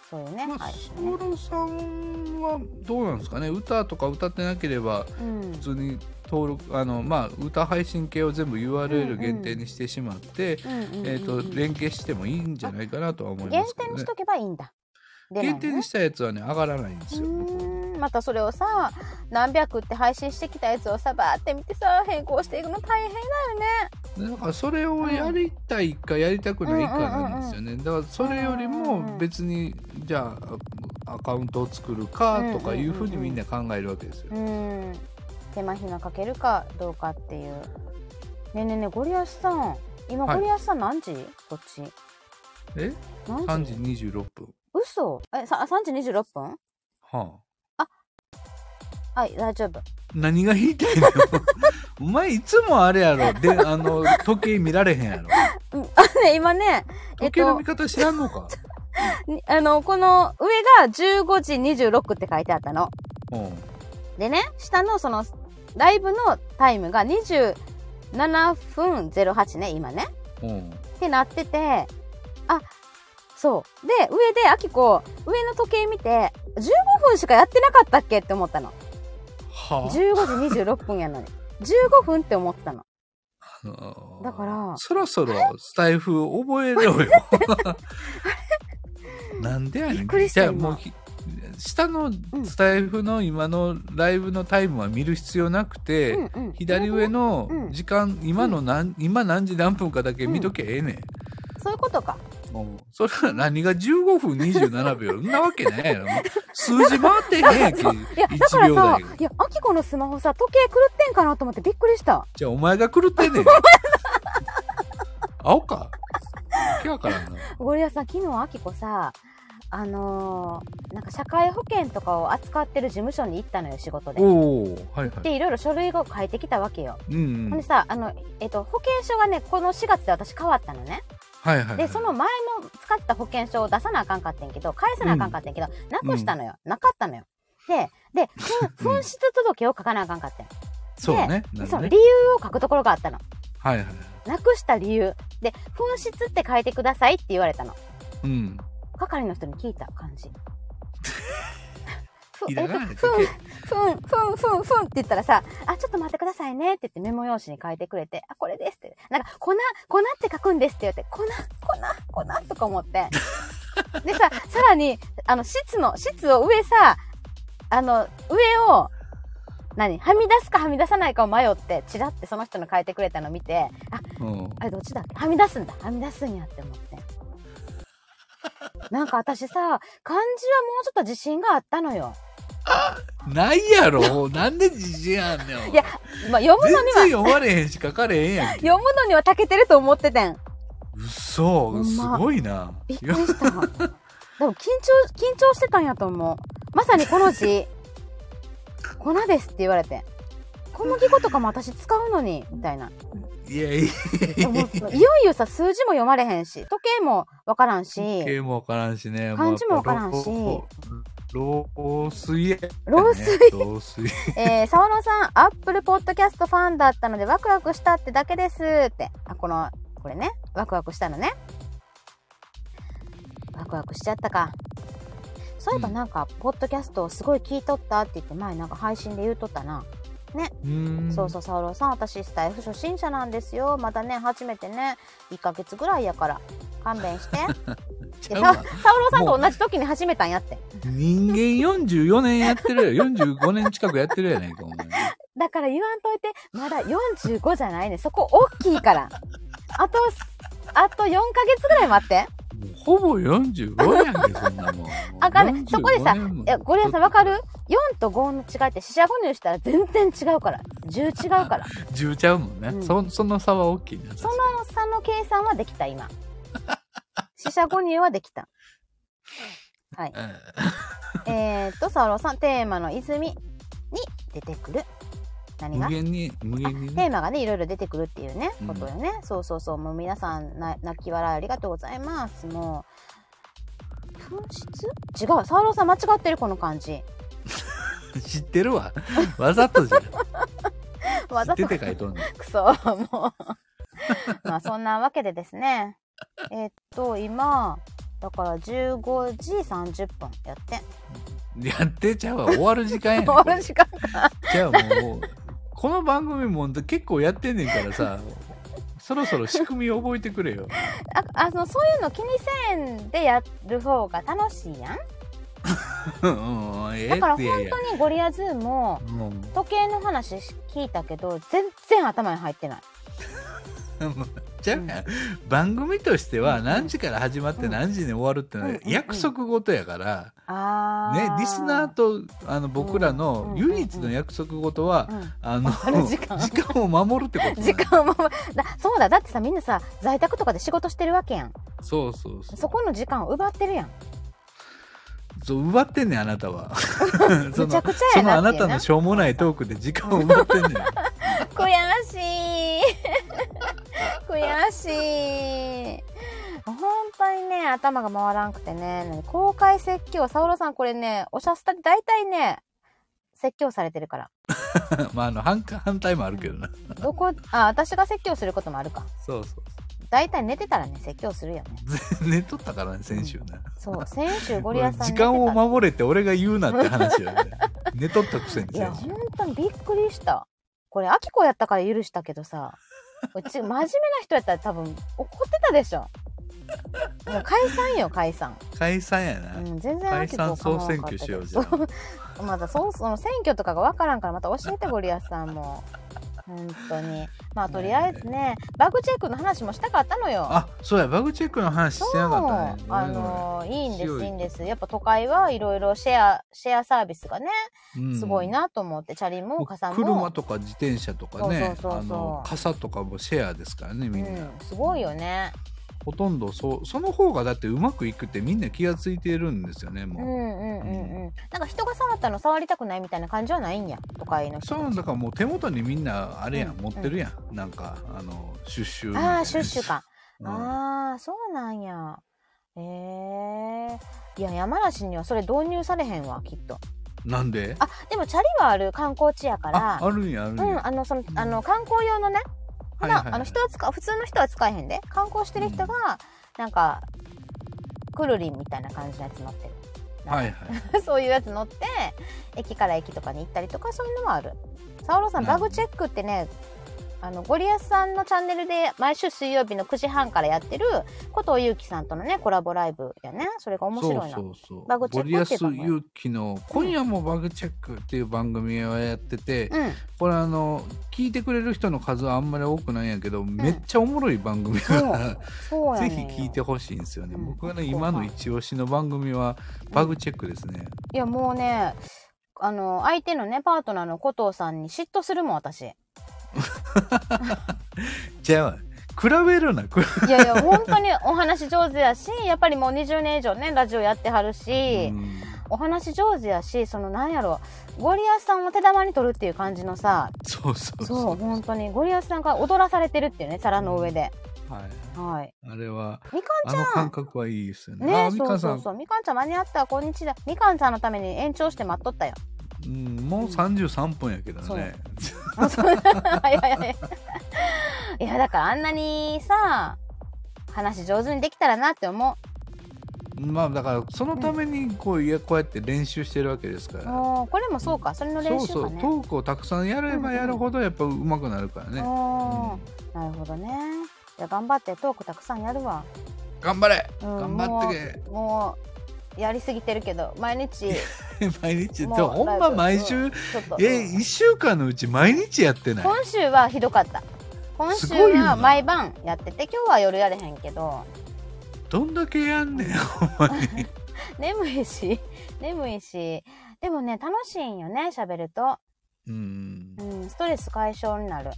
S1: そうよね、
S2: まあ、
S1: はい
S2: ソロさんはどうなんですかね歌とか歌ってなければ
S1: うん
S2: 普通に登録あの、まあ、歌配信系を全部
S1: うんう
S2: URL
S1: ん
S2: 限定にしてしまって、
S1: うんうんうんうん
S2: えー、と連携してもいいんじゃないかなとは思い
S1: 限
S2: ますけ
S1: 定
S2: ど
S1: に
S2: ね
S1: しとけばいいんだ出ない
S2: 限
S1: の
S2: 定にしたやつはね上がらないんですよ、
S1: うーんまたそれをさ何百って配信してきたやつをさバーって見てさ変更していくの大変だよね
S2: でだからそれをやりたいかやりたくないかなんですよね、だからそれよりも別にじゃあアカウントを作るかとかいうふうにみんな考えるわけですよ、
S1: うん手間暇かけるかどうかっていうねえねえねえゴリアスさん今
S2: はい
S1: ゴリアスさん何時、こっち
S2: え
S1: 何
S2: 3時26分
S1: 嘘えさ3時26分
S2: はあ
S1: はい大丈夫
S2: 何が言いたいの [laughs] お前いつもあれやろであの時計見られへんやろ
S1: [laughs] うんあ [laughs] ね今ねえっ
S2: 時計の
S1: と
S2: 見方知らんのか、
S1: にあのこの上が15時26って書いてあったの
S2: うん
S1: でね下のそのライブのタイムが27分08ね今ね
S2: うん
S1: ってなっててあそうで上であきこ上の時計見て15分しかやってなかったっけって思ったの
S2: はあ
S1: 15時26分やのに15分って思ってたの
S2: あのー
S1: だから
S2: そろそろスタイフ覚えろ
S1: [laughs]
S2: よなんでやねん
S1: びっくりした
S2: じゃあもうひ下のスタイフの今のライブのタイムは見る必要なくて、
S1: うんうん
S2: 左上の
S1: うん
S2: 時間、今の何、今何時何分かだけ見ときゃええねん、
S1: そういうことか
S2: もうそれは何が15分27秒んなわけないやろもう数字回ってへんやんけ
S1: いや、だか
S2: 1
S1: ら
S2: 秒
S1: さ
S2: 台が、
S1: いや、アキコのスマホさ、時計狂ってんかなと思ってびっくりした。
S2: じゃあお前が狂ってんねん青か今日からんな
S1: ゴリラさん、昨日アキコさ、あのーなんか社会保険とかを扱ってる事務所に行ったのよ、仕事で。
S2: おおはいはい
S1: で、いろいろ書類を書いてきたわけよ。ほ
S2: うんうんん
S1: でさ、あの、えっと、保険証がね、この4月で私変わったのね。
S2: はいはいはい
S1: で、その前の使ってた保険証を出さなあかんかってんけど、返さなあかんかってんけど、なくしたのよ。なかったのよ。で、で、ふ
S2: [laughs]
S1: ん紛失届を書かなあかんかってん。
S2: そうねなる
S1: そ
S2: ほ
S1: う、
S2: ど
S1: 理
S2: ね
S1: 由を書くところがあったの。
S2: はいはい
S1: なくした理由で「紛失って書いてください」って言われたの
S2: うん
S1: 係の人に聞いた感じふ
S2: い
S1: え
S2: ら
S1: っと
S2: ない
S1: ふんふんふんふんふんって言ったらさ「あちょっと待ってくださいね」って言ってメモ用紙に書いてくれて「あこれです」ってなんか「粉粉って書くんです」って言って「粉粉粉」とか思ってでささらにあの質の質を上さあの上を何はみ出すかはみ出さないかを迷ってチラってその人の書いてくれたの見てあ
S2: うん
S1: あれどっちだっけはみ出すんだはみ出すんやって思 [laughs] ってなんか私さ漢字はもうちょっと自信があったのよ
S2: ないやろなんで自信あんねん
S1: いや、まあ、読む
S2: 全
S1: のには
S2: 然読まれへんし書かれへんやん
S1: 読むのには長けてると思っててん
S2: うそ、
S1: ほん
S2: す
S1: ま
S2: ごいな
S1: びっくりしたで [laughs] も緊張緊張してたんやと思うまさにこの字粉ですって言われて小麦粉とかも私使うのにみたい [laughs] ない
S2: やいや
S1: でもいよいよさ数字も読まれへんし時計もわからんし
S2: 系もわからんしね
S1: 漢字もわからんし
S2: もう老衰やね
S1: 老衰
S2: 老衰
S1: えー、沢野さん、アップルポッドキャストファンだったので、ワクワクしたってだけですって。あ、この、これね。ワクワクしたのね。ワクワクしちゃったか。そういえば
S2: うん
S1: なんか、ポッドキャストをすごい聞いとったって言って、前なんか配信で言うとったな。ね
S2: うん
S1: そうそう、サオロさん、私スタイフ初心者なんですよ。またね、初めてね、1ヶ月ぐらいやから、勘弁
S2: [laughs]
S1: して。
S2: ち
S1: で
S2: ゃ
S1: サオ
S2: う
S1: サ
S2: わ
S1: オロさんと同じ時に始めたんやって。
S2: 人間44年やってるや45年近くやってるやないかお前
S1: だから言わんといて、まだ45じゃないね。そこ大きいから。あと、あと4ヶ月ぐらい待って。
S2: もうほぼ45やんけそんなもん
S1: あかんね
S2: 45
S1: そこでさ
S2: 年も
S1: いや、ゴリラさんわかる ?4 と5の違いって四捨五入したら全然違うから。10違うから。
S2: 10ちゃうもんね、
S1: うん
S2: そその差は大きいな
S1: その差の計算はできた、今。四捨五入はできた。はい。
S2: え
S1: えー、っと、サオロさん、テーマの泉に出てくる。
S2: ー
S1: 何
S2: 無
S1: が
S2: 限に無限に
S1: テ
S2: ね
S1: ーマがね、いろいろ出てくるっていうね
S2: う、ん
S1: ことよね。そうそうそう。もう皆さん、な泣き笑いありがとうございます。もう、紛失違う。サーローさん間違ってる、この感
S2: [laughs]
S1: じ。
S2: 知ってるわわざとじゃん
S1: [laughs] わざ
S2: 知
S1: と
S2: ってて書いとんの
S1: く [laughs] そ、もう。まあ、そんなわけでですね。えっと、今、だから15時30分や
S2: [laughs]
S1: って。
S2: やってちゃうわ終わる時間やねん
S1: 終わる時間か。
S2: じゃあもうこの番組も結構やってんねんからさそろそろ仕組み覚えてくれよ
S1: ああの、そういうの気にせんでやる方が楽しいやん。
S2: うんうんええ
S1: だから本
S2: っていやいや
S1: 当にゴリアズーも、
S2: もう
S1: 時計の話聞いたけど全然頭に入ってない
S2: もうじゃあ、番組としては何時から始まって何時に終わるっての
S1: うんう
S2: は
S1: んうん
S2: 約束事やから、
S1: あ
S2: ねリスナーとあの僕ら
S1: うん
S2: の
S1: うんうん
S2: 唯一の約束事は、
S1: う
S2: あの
S1: ある時間
S2: 時間を守るってこと
S1: ん、
S2: な
S1: 時間
S2: の
S1: もだそう [laughs] だだってさみんなさ在宅とかで仕事してるわけやん
S2: そうそうそう
S1: そこの時間を奪ってるやん
S2: そう奪ってんねんあな
S1: [laughs]
S2: たはそ
S1: むちゃ
S2: の
S1: くちゃ
S2: そ
S1: や
S2: の
S1: な
S2: あ
S1: っ
S2: な
S1: ていう
S2: た
S1: な
S2: のしょうもないトークで時間を奪ってんねん
S1: 悔し [laughs] い悔しい本当にね頭が回らんくてね公開説教サオロさんこれねおしゃスタで大体ね説教されてるから
S2: [laughs] まあ、あの反感反対もあるけどな。
S1: どこあ私が説教することもあるか
S2: そうそう
S1: 大体寝てたらね説教するよね
S2: そう。 [laughs] 寝とったからね、先週な。
S1: そう、先週ゴリラさん
S2: 時
S1: 寝てた
S2: 間を守れって俺が言うなって話
S1: [laughs]
S2: よね。寝とったくせに
S1: いや、
S2: 先週
S1: 本。当にびっくりした。これ、アキコやったから許したけどさ、うち、真面目な人やったら多分怒ってたでしょ。もう解散よ、解
S2: [laughs]
S1: 散。
S2: 解散やな。
S1: うん、全然ア
S2: 解
S1: キコ
S2: 散
S1: 構
S2: 総
S1: わん
S2: 選
S1: かったけ
S2: 挙
S1: ど
S2: しようじゃ
S1: そ
S2: ん。
S1: うまだそう、その選挙とかがわからんから、また教えて、ゴリラさんも。本当に。まあ、とりあえずね、バグチェックの話もしたかったのよ。
S2: あ、そうや、バグチェックの話してなかったね。
S1: あのいいんです
S2: 強い
S1: いいんですやっぱ都会はいろいろシェアシェアサービスがね
S2: うん
S1: すごい。なと思って、チャリ
S2: も
S1: も
S2: う
S1: 傘も
S2: 車とか自転車とかね
S1: そうそうそうそう
S2: あの傘とかもシェアですからねみんな、
S1: うん、すごいよね
S2: ほとんどそうその方がだってうまくいくってみんな気がついてるんですよね
S1: う
S2: もう、
S1: んうんうんうんなんか人が触ったの触りたくないみたいな感じはないんや都会の人
S2: そうだからもう手元にみんなあれやん、
S1: うん
S2: 持ってるやんなんかあのシュッシュみたいな
S1: ああシュッシュか、
S2: うん
S1: ああそうなんやええいや山梨にはそれ導入されへんわきっと
S2: なんで
S1: あでもチャリはある観光地やから
S2: ああるんやあるんや、
S1: うん、あのそのあの観光用のね普段、
S2: はいはいはい
S1: あの人は使う普通の人は使えへんで観光してる人が、なんかくるりんみたいな感じのやつ乗ってる
S2: はいはい
S1: [laughs] そういうやつ乗って駅から駅とかに行ったりとかそういうのもあるサオロさん
S2: な
S1: バ
S2: るほど
S1: グチェックってねあのゴリアスさんのチャンネルで毎週水曜日の9時半からやってることゆうきさんとのねコラボライブやねそれが面白いな
S2: そうそうそう
S1: バグチェック
S2: ゴリアス
S1: っていう番組
S2: 勇気の「今夜もバグチェック」っていう番組をやってて、
S1: うん
S2: これあの聞いてくれる人の数はあんまり多くないんやけど、めっちゃおもろい番組だから、
S1: そうや
S2: [laughs] ぜ
S1: ね
S2: ひ
S1: んよ
S2: 聞いてほしいんですよね、
S1: うん
S2: 僕はね今の一押しの番組はバグチェックですね、
S1: いやもうねあの相手のねパートナーの古藤さんに嫉妬するもん私い
S2: じゃあ比べるな比べ
S1: やいや本当にお話上手やしやっぱりもう20年以上ねラジオやってはるし、
S2: [laughs] うん
S1: お話上手やしそのなんやろゴリアスさんを手玉に取るっていう感じのさ
S2: そうそうそう
S1: そう本当にゴリアスさんが踊らされてるっていうね皿の上で、
S2: はい、
S1: はい
S2: あれは
S1: みかん
S2: あ
S1: ち
S2: の
S1: ゃん
S2: 感覚はいいですよね
S1: ね
S2: あみ
S1: そ
S2: か
S1: うん
S2: さ
S1: そ
S2: ん
S1: うそうみかんちゃん間に合ったこんにちはみかんちゃんのために延長して待っとったよ [laughs]
S2: うん、もう33分やけどね。
S1: はいはいはいいやだからあんなにさ話上手にできたらなって思う
S2: まあだからそのためにこういやこうやって練習してるわけですから、
S1: おーこれもそうかそれの練
S2: そ
S1: 習
S2: うそ
S1: か
S2: う
S1: ね
S2: トークをたくさんやればやるほどやっぱうまくなるからね、
S1: おー
S2: うん
S1: なるほどねじゃあ頑張ってトークたくさんやるわ、
S2: 頑張れ
S1: うん
S2: 頑張って
S1: もうもうやりすぎてるけど毎日
S2: け毎日
S1: もう
S2: でもほんま毎週
S1: ちょっと
S2: え1週間のうち毎日やってない
S1: 今週はひどかった今週
S2: すごいよ
S1: は
S2: な
S1: 毎晩やってて今日は夜やれへんけど
S2: どんだけやんねんほんまに
S1: 眠いし [laughs] 眠いしでもね楽しいんよね喋ると、
S2: うん
S1: うん、ストレス解消になる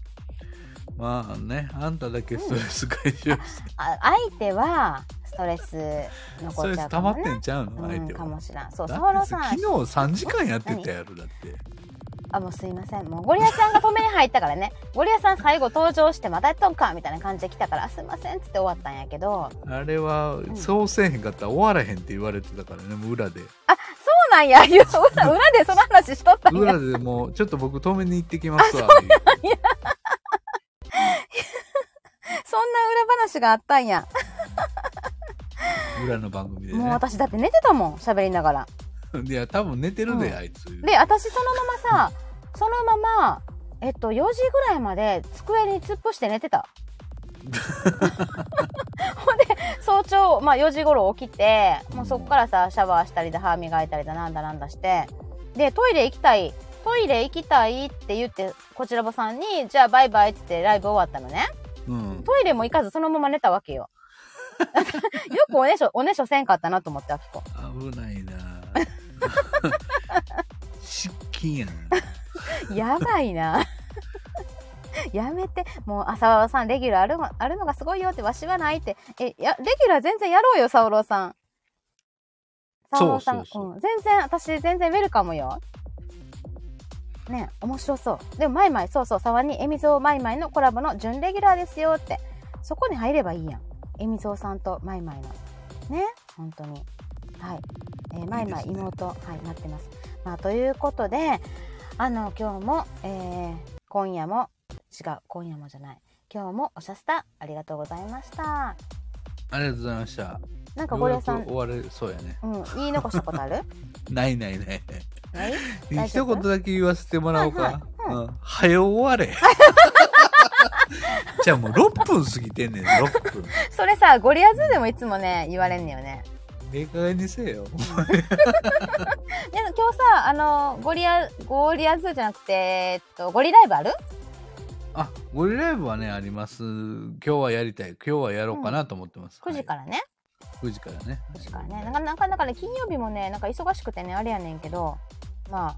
S2: まあねあんただけストレス解消して、
S1: あ相手はストレス
S2: スト
S1: 残っ
S2: レ
S1: ちゃう
S2: ス
S1: か
S2: 溜ま
S1: も
S2: っ
S1: ね
S2: てんちゃうの、
S1: う
S2: 相
S1: ん、
S2: 手
S1: か
S2: は
S1: もしらんそう
S2: だ
S1: ソ
S2: って
S1: ロ
S2: さ
S1: さん
S2: 昨日3時間やってたやろだって
S1: あもうすいませんもうゴリアさんが止めに入ったからねゴリアさん最後登場してまたやっとんかみたいな感じで来たからあすいませんっつって終わったんやけど
S2: あれは
S1: ん
S2: そうせえへんかったら終わらへんって言われてたからねもう裏で
S1: そうなん
S2: [laughs]
S1: や裏裏でその話しとったんや
S2: 裏でもうちょっと僕止めに行ってきますわ言う
S1: そんな裏話があったんや、
S2: 裏の番組で
S1: もう
S2: ね
S1: 私だって寝てたもん喋りながら
S2: いや多分寝てるで、
S1: うん
S2: あいつ
S1: で私そのままさそのままえっと4時ぐらいまで机に突っ伏して寝てたほんで早朝、まあ、4時頃起きてもうそっからさシャワーしたりだ歯磨いたりだなんだなんだしてでトイレ行きたいトイレ行きたいって言ってこちらばさんにじゃあバイバイって言ってライブ終わったのね
S2: うん
S1: トイレも行かずそのまま寝たわけよよくおねしょおねしょせんかったなと思ってあきこ
S2: 危ないな失禁やな
S1: [laughs] やばいな。やめて。もう、浅川さん、レギュラーあるのあるのがすごいよって、わしはないって。え、いや、レギュラー全然やろうよ、サオローさん。サオローさん、、
S2: そうそうそうん
S1: 全然、私、全然ウェルカムよ。ねえ面白そう。でも、マイマイ、そうそう、沢に、エミゾーマイマイのコラボの準レギュラーですよって。そこに入ればいいやん。エミゾーさんとマイマイの。ね本当に。はい。えー、マイマイ、
S2: いいですね
S1: 妹、はい、なってます。まあ、ということで、あの、今日も、えー、今夜も、違う、今夜もじゃない。今日もおしゃスタ、ありがとうございました。
S2: ありがとうございました
S1: なんか、
S2: よ
S1: ゴ
S2: う
S1: リ
S2: や
S1: ア
S2: く
S1: さん、
S2: 終われそうやね
S1: うん、言い残したことあ [laughs] る
S2: ないないない
S1: ない大丈
S2: 一
S1: 夫
S2: 言だけ言わせてもらおうか
S1: はいはい
S2: うん早う終
S1: [laughs]
S2: われじゃあもう6分過ぎてんねん6分
S1: それさ、ゴリアズでもいつもね、言われんのよね。
S2: ええ加減にせえよ
S1: で、今日さ、あの、ゴリア、ゴリアズじゃなくて、えっと、ゴリライブある
S2: あゴリライブはねあります今日はやりたい今日はやろうかなと思ってます、、
S1: ?9 時かららね。
S2: はい、9時からね
S1: 9時からね。なんか、なんか、なんかね、金曜日もね、なんか忙しくてね、あれやねんけど、まあ、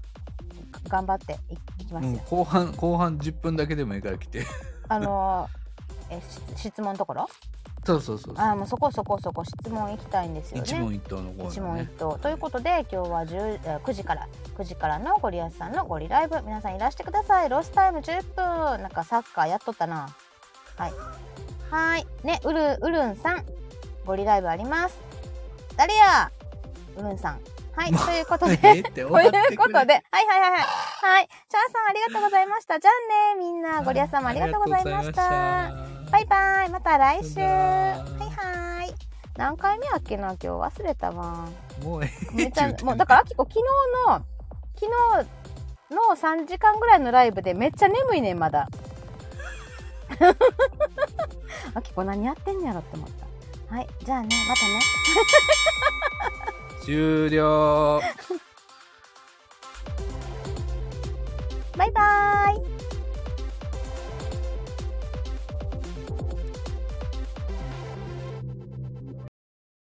S1: 頑張っていいきます
S2: う
S1: よ。
S2: ん、後半後半10分だけでもいいから来て
S1: あの、え、し質問のところ
S2: そうそうそうそう
S1: あーもうそこそこそこ質問行きたいんですよね。
S2: 一問一答のコ
S1: 一
S2: ーナー
S1: 問一
S2: ね
S1: 答ということで今日は10えー9時から9時からのゴリアスさんのゴリライブ皆さんいらしてくださいロスタイム10分なんかサッカーやっとったなはいはーいねうるうるんさんゴリライブあります誰やうるんさんはいということで
S2: ええっ
S1: と
S2: て終
S1: い
S2: わ
S1: う
S2: って
S1: こ
S2: く
S1: と
S2: れ
S1: で、はいはいはいはい。はい。チャーさんありがとうございました。じゃあね、みんな、ゴリアスさんもありがとうございました。
S2: ありがとうございました
S1: バイバイ、また来週。
S2: さ
S1: は
S2: よ
S1: い
S2: な
S1: はい。何回目やっけな、今日忘れた [laughs] わ。
S2: もうえ
S1: め
S2: え、
S1: っちゃもうだから、あきこ、昨日の、昨日の3時間ぐらいのライブでめっちゃ眠いねん、ま [laughs] だ。あきこ、何やってんのやろって思った。はい。じゃあね、またね。
S2: 終了
S1: バイバーイ。